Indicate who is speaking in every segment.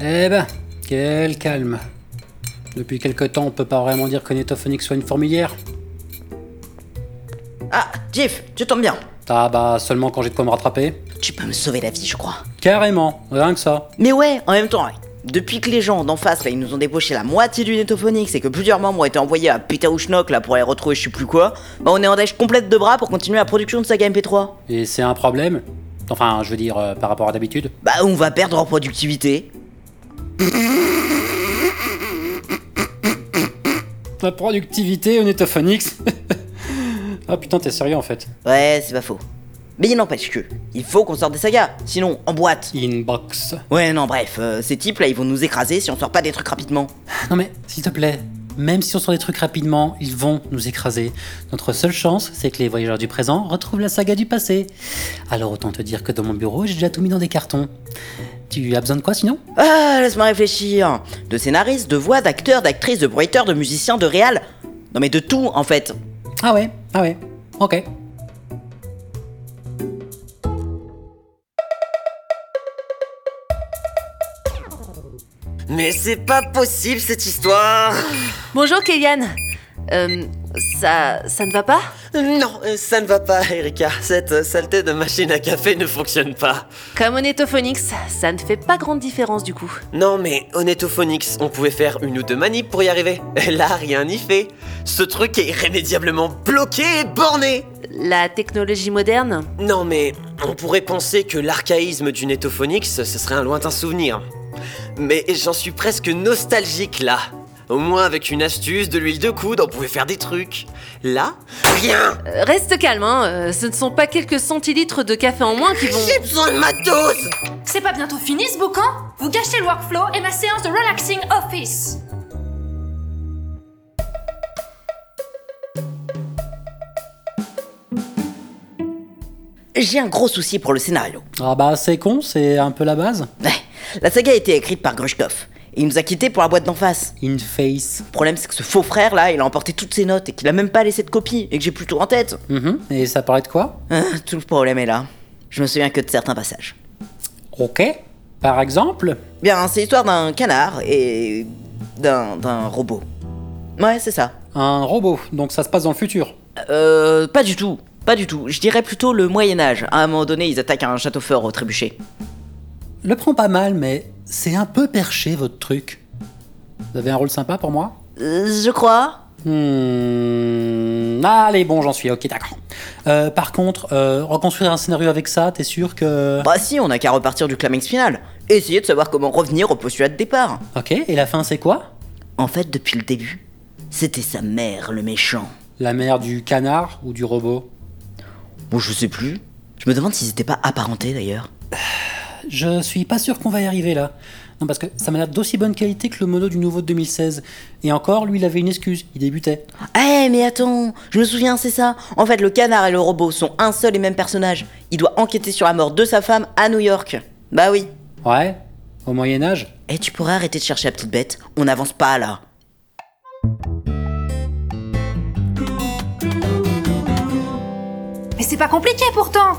Speaker 1: Eh ben, quel calme. Depuis quelque temps, on peut pas vraiment dire que Netophonic soit une fourmilière.
Speaker 2: Ah, Jeff, tu tombes bien.
Speaker 1: Ah bah, seulement quand j'ai de quoi me rattraper.
Speaker 2: Tu peux me sauver la vie, je crois.
Speaker 1: Carrément, rien que ça.
Speaker 2: Mais ouais, en même temps, ouais. depuis que les gens d'en face, là, ils nous ont débauché la moitié du Netophonix et que plusieurs membres ont été envoyés à Pétaouchnok, là, pour les retrouver, je sais plus quoi, bah on est en dèche complète de bras pour continuer la production de Saga MP3.
Speaker 1: Et c'est un problème Enfin, je veux dire, euh, par rapport à d'habitude.
Speaker 2: Bah, on va perdre en productivité.
Speaker 1: La productivité au Netophonix Ah putain, t'es sérieux en fait.
Speaker 2: Ouais, c'est pas faux. Mais il n'empêche que, il faut qu'on sorte des sagas, sinon, en boîte.
Speaker 1: Inbox.
Speaker 2: Ouais, non, bref, euh, ces types, là, ils vont nous écraser si on sort pas des trucs rapidement.
Speaker 1: Non mais, s'il te plaît, même si on sort des trucs rapidement, ils vont nous écraser. Notre seule chance, c'est que les voyageurs du présent retrouvent la saga du passé. Alors autant te dire que dans mon bureau, j'ai déjà tout mis dans des cartons. Tu as besoin de quoi sinon
Speaker 2: Ah, laisse-moi réfléchir. De scénaristes, de voix, d'acteurs, d'actrices, de bruiteurs, de musiciens, de réal. Non mais de tout en fait.
Speaker 1: Ah ouais, ah ouais, ok.
Speaker 3: Mais c'est pas possible cette histoire
Speaker 4: Bonjour Kéliane Euh, ça, ça ne va pas
Speaker 3: Non, euh, ça ne va pas, Erika. Cette euh, saleté de machine à café ne fonctionne pas.
Speaker 4: Comme au Netophonix, ça ne fait pas grande différence du coup.
Speaker 3: Non, mais Phonix, on pouvait faire une ou deux manips pour y arriver. Là, rien n'y fait. Ce truc est irrémédiablement bloqué et borné
Speaker 4: La technologie moderne
Speaker 3: Non, mais on pourrait penser que l'archaïsme du Netophonix, ce serait un lointain souvenir. Mais j'en suis presque nostalgique là. Au moins avec une astuce, de l'huile de coude, on pouvait faire des trucs. Là, rien
Speaker 4: Euh, Reste calme, hein, euh, ce ne sont pas quelques centilitres de café en moins qui vont...
Speaker 3: J'ai besoin de ma dose
Speaker 5: C'est pas bientôt fini ce boucan Vous gâchez le workflow et ma séance de relaxing office
Speaker 2: J'ai un gros souci pour le scénario.
Speaker 1: Ah bah c'est con, c'est un peu la base.
Speaker 2: Ouais. La saga a été écrite par Grushkov. Et il nous a quittés pour la boîte d'en face.
Speaker 1: In face.
Speaker 2: Le problème c'est que ce faux frère là, il a emporté toutes ses notes et qu'il a même pas laissé de copie et que j'ai plutôt en tête.
Speaker 1: Mhm, Et ça parlait de quoi
Speaker 2: Ah, tout le problème est là. Je me souviens que de certains passages.
Speaker 1: Ok. Par exemple
Speaker 2: Bien, c'est l'histoire d'un canard et d'un d'un robot. Ouais, c'est ça.
Speaker 1: Un robot, donc ça se passe dans le futur.
Speaker 2: Euh, pas du tout. Pas du tout. Je dirais plutôt le Moyen Âge. À un moment donné, ils attaquent un château fort au trébuchet.
Speaker 1: Le prends pas mal, mais c'est un peu perché votre truc. Vous avez un rôle sympa pour moi
Speaker 2: Euh, je crois.
Speaker 1: Hmm. Allez, bon, j'en suis, ok, d'accord. Euh, par contre, euh, reconstruire un scénario avec ça, t'es sûr que.
Speaker 2: Bah si, on n'a qu'à repartir du climax final. Essayer de savoir comment revenir au postulat de départ.
Speaker 1: Ok, et la fin, c'est quoi
Speaker 2: En fait, depuis le début, c'était sa mère le méchant.
Speaker 1: La mère du canard ou du robot
Speaker 2: Bon, je sais plus. Je me demande s'ils étaient pas apparentés d'ailleurs.
Speaker 1: Je suis pas sûr qu'on va y arriver là. Non, parce que ça m'a l'air d'aussi bonne qualité que le mono du nouveau de 2016. Et encore, lui, il avait une excuse, il débutait.
Speaker 2: Eh, mais attends, je me souviens, c'est ça. En fait, le canard et le robot sont un seul et même personnage. Il doit enquêter sur la mort de sa femme à New York. Bah oui.
Speaker 1: Ouais, au Moyen-Âge
Speaker 2: Eh, tu pourrais arrêter de chercher la petite bête. On n'avance pas là.
Speaker 5: Mais c'est pas compliqué pourtant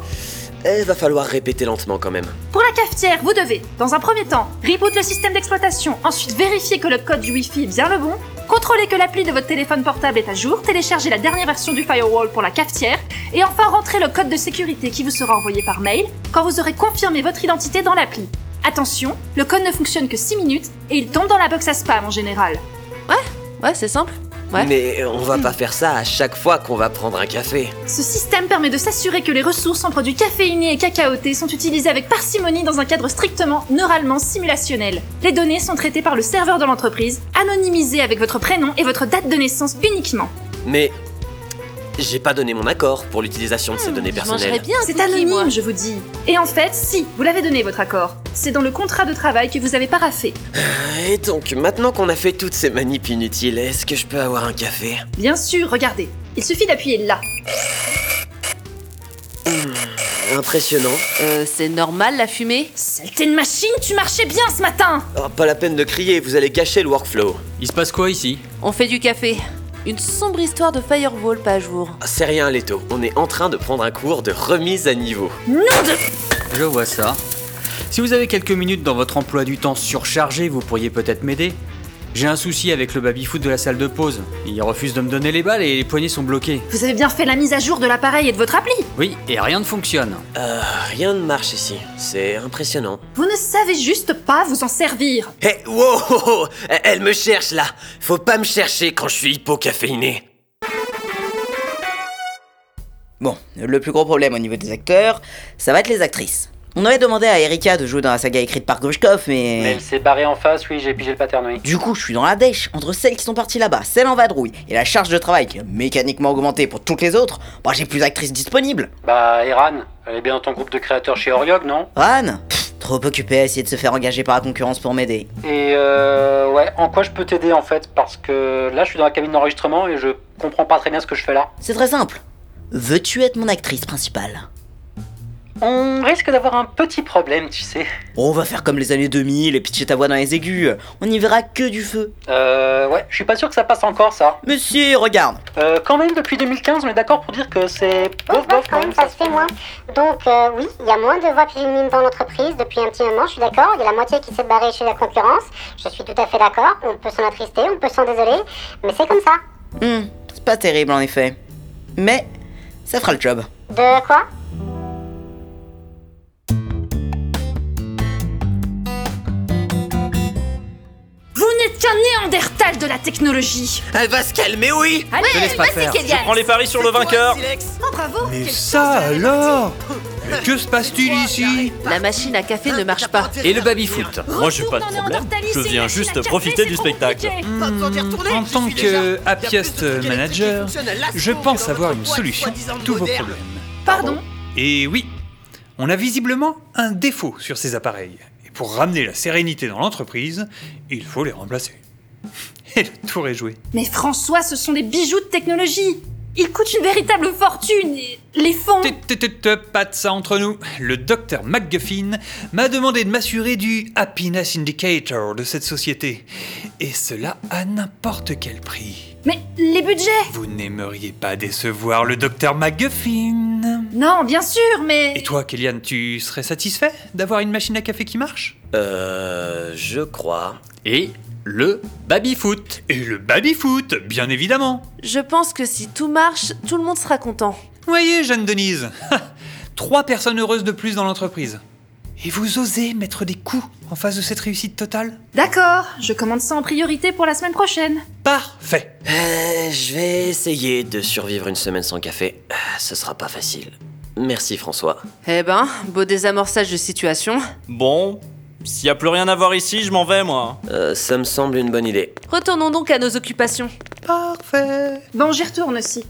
Speaker 3: Eh, va falloir répéter lentement quand même.
Speaker 5: Pour la cafetière, vous devez, dans un premier temps, reboot le système d'exploitation, ensuite vérifier que le code du Wi-Fi est bien le bon, contrôler que l'appli de votre téléphone portable est à jour, télécharger la dernière version du firewall pour la cafetière, et enfin rentrer le code de sécurité qui vous sera envoyé par mail quand vous aurez confirmé votre identité dans l'appli. Attention, le code ne fonctionne que 6 minutes et il tombe dans la box à spam en général.
Speaker 4: Ouais, ouais, c'est simple. Ouais.
Speaker 3: Mais on va pas faire ça à chaque fois qu'on va prendre un café.
Speaker 5: Ce système permet de s'assurer que les ressources en produits caféinés et cacaotés sont utilisées avec parcimonie dans un cadre strictement neuralement simulationnel. Les données sont traitées par le serveur de l'entreprise, anonymisées avec votre prénom et votre date de naissance uniquement.
Speaker 3: Mais j'ai pas donné mon accord pour l'utilisation de ces données
Speaker 4: Hmm, Je mangerais
Speaker 3: personnelles.
Speaker 4: bien un
Speaker 5: C'est
Speaker 4: cookie,
Speaker 5: anonyme,
Speaker 4: moi.
Speaker 5: je vous dis. Et en fait, si, vous l'avez donné votre accord. C'est dans le contrat de travail que vous avez paraffé.
Speaker 3: Et donc, maintenant qu'on a fait toutes ces manips inutiles, est-ce que je peux avoir un café
Speaker 5: Bien sûr, regardez. Il suffit d'appuyer là.
Speaker 3: Impressionnant.
Speaker 4: Euh, c'est normal la fumée
Speaker 5: Saleté de machine, tu marchais bien ce matin
Speaker 3: Oh, pas la peine de crier, vous allez gâcher le workflow.
Speaker 6: Il se passe quoi ici
Speaker 4: On fait du café. Une sombre histoire de firewall pas à jour.
Speaker 3: C'est rien, Leto. On est en train de prendre un cours de remise à niveau.
Speaker 6: Je vois ça. Si vous avez quelques minutes dans votre emploi du temps surchargé, vous pourriez peut-être m'aider. J'ai un souci avec le baby-foot de la salle de pause. Il refuse de me donner les balles et les poignées sont bloquées.
Speaker 5: Vous avez bien fait la mise à jour de l'appareil et de votre appli.
Speaker 6: Oui, et rien ne fonctionne.
Speaker 3: Euh, rien ne marche ici. C'est impressionnant.
Speaker 5: Vous ne savez juste pas vous en servir.
Speaker 3: Hé, wow, oh, oh, elle- Elle me cherche là Faut pas me chercher quand je suis hypocaféiné
Speaker 2: Bon, le plus gros problème au niveau des acteurs, ça va être les actrices. On avait demandé à Erika de jouer dans la saga écrite par Grushkov, mais...
Speaker 1: Mais elle s'est barrée en face, oui, j'ai pigé le pattern, oui.
Speaker 2: Du coup, je suis dans la dèche entre celles qui sont parties là-bas, celles en vadrouille, et la charge de travail qui a mécaniquement augmenté pour toutes les autres, bah j'ai plus d'actrices disponibles.
Speaker 1: Bah, Eran, elle est bien dans ton groupe de créateurs chez Oriog, non
Speaker 2: Anne Pff, Trop occupée à essayer de se faire engager par la concurrence pour m'aider.
Speaker 1: Et euh, ouais, en quoi je peux t'aider en fait Parce que là, je suis dans la cabine d'enregistrement et je comprends pas très bien ce que je fais là.
Speaker 2: C'est très simple. Veux-tu être mon actrice principale
Speaker 1: On risque d'avoir un petit problème, tu sais.
Speaker 2: On va faire comme les années 2000 et pitcher ta voix dans les aigus. On n'y verra que du feu.
Speaker 1: Euh, ouais, je suis pas sûr que ça passe encore ça.
Speaker 2: Monsieur, regarde.
Speaker 1: Euh, quand même, depuis 2015, on est d'accord pour dire que c'est
Speaker 7: Oui,
Speaker 1: bof bof
Speaker 7: quand même, ça se fait moins. Donc, euh, oui, il y a moins de voix féminines dans l'entreprise depuis un petit moment, je suis d'accord. Il y a la moitié qui s'est barrée chez la concurrence. Je suis tout à fait d'accord. On peut s'en attrister, on peut s'en désoler, mais c'est comme ça.
Speaker 2: Hmm, c'est pas terrible en effet. Mais ça fera le job.
Speaker 7: De quoi
Speaker 5: Vous n'êtes qu'un néandertal de la technologie.
Speaker 3: Elle va se calmer, oui
Speaker 4: Allez,
Speaker 6: te laisse pas
Speaker 4: vas-y,
Speaker 6: faire.
Speaker 4: Kélian.
Speaker 8: Prends les paris sur le vainqueur.
Speaker 5: Oh bravo
Speaker 9: Mais
Speaker 5: quel
Speaker 9: ça alors Mais que se passe-t-il ici
Speaker 4: La machine à café ne marche pas.
Speaker 6: Et le baby-foot
Speaker 8: Moi, j'ai pas de
Speaker 5: Retourne en
Speaker 8: problème. Je
Speaker 5: néandertaliser,
Speaker 8: viens
Speaker 5: machine à
Speaker 8: juste
Speaker 5: café,
Speaker 8: profiter
Speaker 5: c'est
Speaker 8: du
Speaker 5: trop
Speaker 8: spectacle.
Speaker 5: compliqué.
Speaker 6: En tant que happiest manager, je pense avoir une solution à tous vos problèmes.
Speaker 5: Pardon
Speaker 9: Et Eh oui, on a visiblement un défaut sur ces appareils. Et pour ramener la sérénité dans l'entreprise, il faut les remplacer. Et le tour est joué.
Speaker 5: Mais François, ce sont des bijoux de technologie. Ils coûtent une véritable fortune et les fonds.
Speaker 9: Tut, tut, tut, tut, Pas de ça entre nous. Le docteur McGuffin m'a demandé de m'assurer du happiness indicator de cette société. Et cela à n'importe quel prix.
Speaker 5: Mais les budgets
Speaker 9: Vous n'aimeriez pas décevoir le docteur McGuffin.
Speaker 5: Non, bien sûr, mais...
Speaker 9: Et toi, Kéliane, tu serais satisfait d'avoir une machine à café qui marche
Speaker 3: Euh, je crois.
Speaker 6: et le baby-foot.
Speaker 9: Et le baby-foot, bien évidemment.
Speaker 4: Je pense que si tout marche, tout le monde sera content.
Speaker 9: Voyez, jeune Denise, trois personnes heureuses de plus dans l'entreprise. Et vous osez mettre des coups en face de cette réussite totale
Speaker 5: D'accord, je commande ça en priorité pour la semaine prochaine.
Speaker 9: Parfait
Speaker 3: Euh, je vais essayer de survivre une semaine sans café. Euh, Ce sera pas facile. Merci François.
Speaker 4: Eh ben, beau désamorçage de situation.
Speaker 8: Bon, s'il y a plus rien à voir ici, je m'en vais, moi.
Speaker 3: Euh, ça me semble une bonne idée.
Speaker 4: Retournons donc à nos occupations.
Speaker 9: Parfait
Speaker 5: Bon, j'y retourne aussi.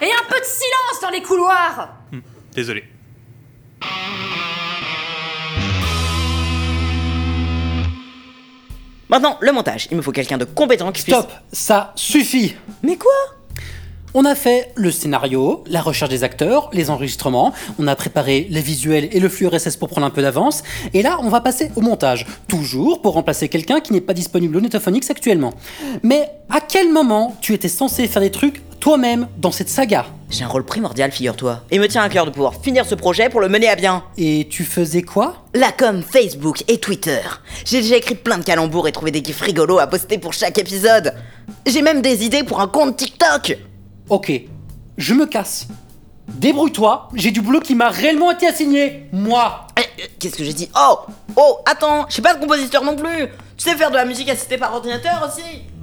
Speaker 5: Et un peu de silence dans les couloirs
Speaker 9: Désolé.
Speaker 2: Maintenant, le montage. Il me faut quelqu'un de compétent qui puisse.
Speaker 1: Stop, ça suffit
Speaker 2: Mais quoi
Speaker 1: On a fait le scénario, la recherche des acteurs, les enregistrements, on a préparé les visuels et le flux RSS pour prendre un peu d'avance, et là on va passer au montage, toujours pour remplacer quelqu'un qui n'est pas disponible au Netophonix actuellement. Mais à quel moment tu étais censé faire des trucs toi-même dans cette saga
Speaker 2: J'ai un rôle primordial, figure-toi. Et me tient à cœur de pouvoir finir ce projet pour le mener à bien.
Speaker 1: Et tu faisais quoi
Speaker 2: La com, Facebook et Twitter. J'ai déjà écrit plein de calembours et trouvé des gifs rigolos à poster pour chaque épisode. J'ai même des idées pour un compte TikTok.
Speaker 1: Ok, je me casse. Débrouille-toi, j'ai du boulot qui m'a réellement été assigné, moi
Speaker 2: Eh, eh, Qu'est-ce que j'ai dit Oh Oh, attends, je suis pas de compositeur non plus. Tu sais faire de la musique assistée par ordinateur aussi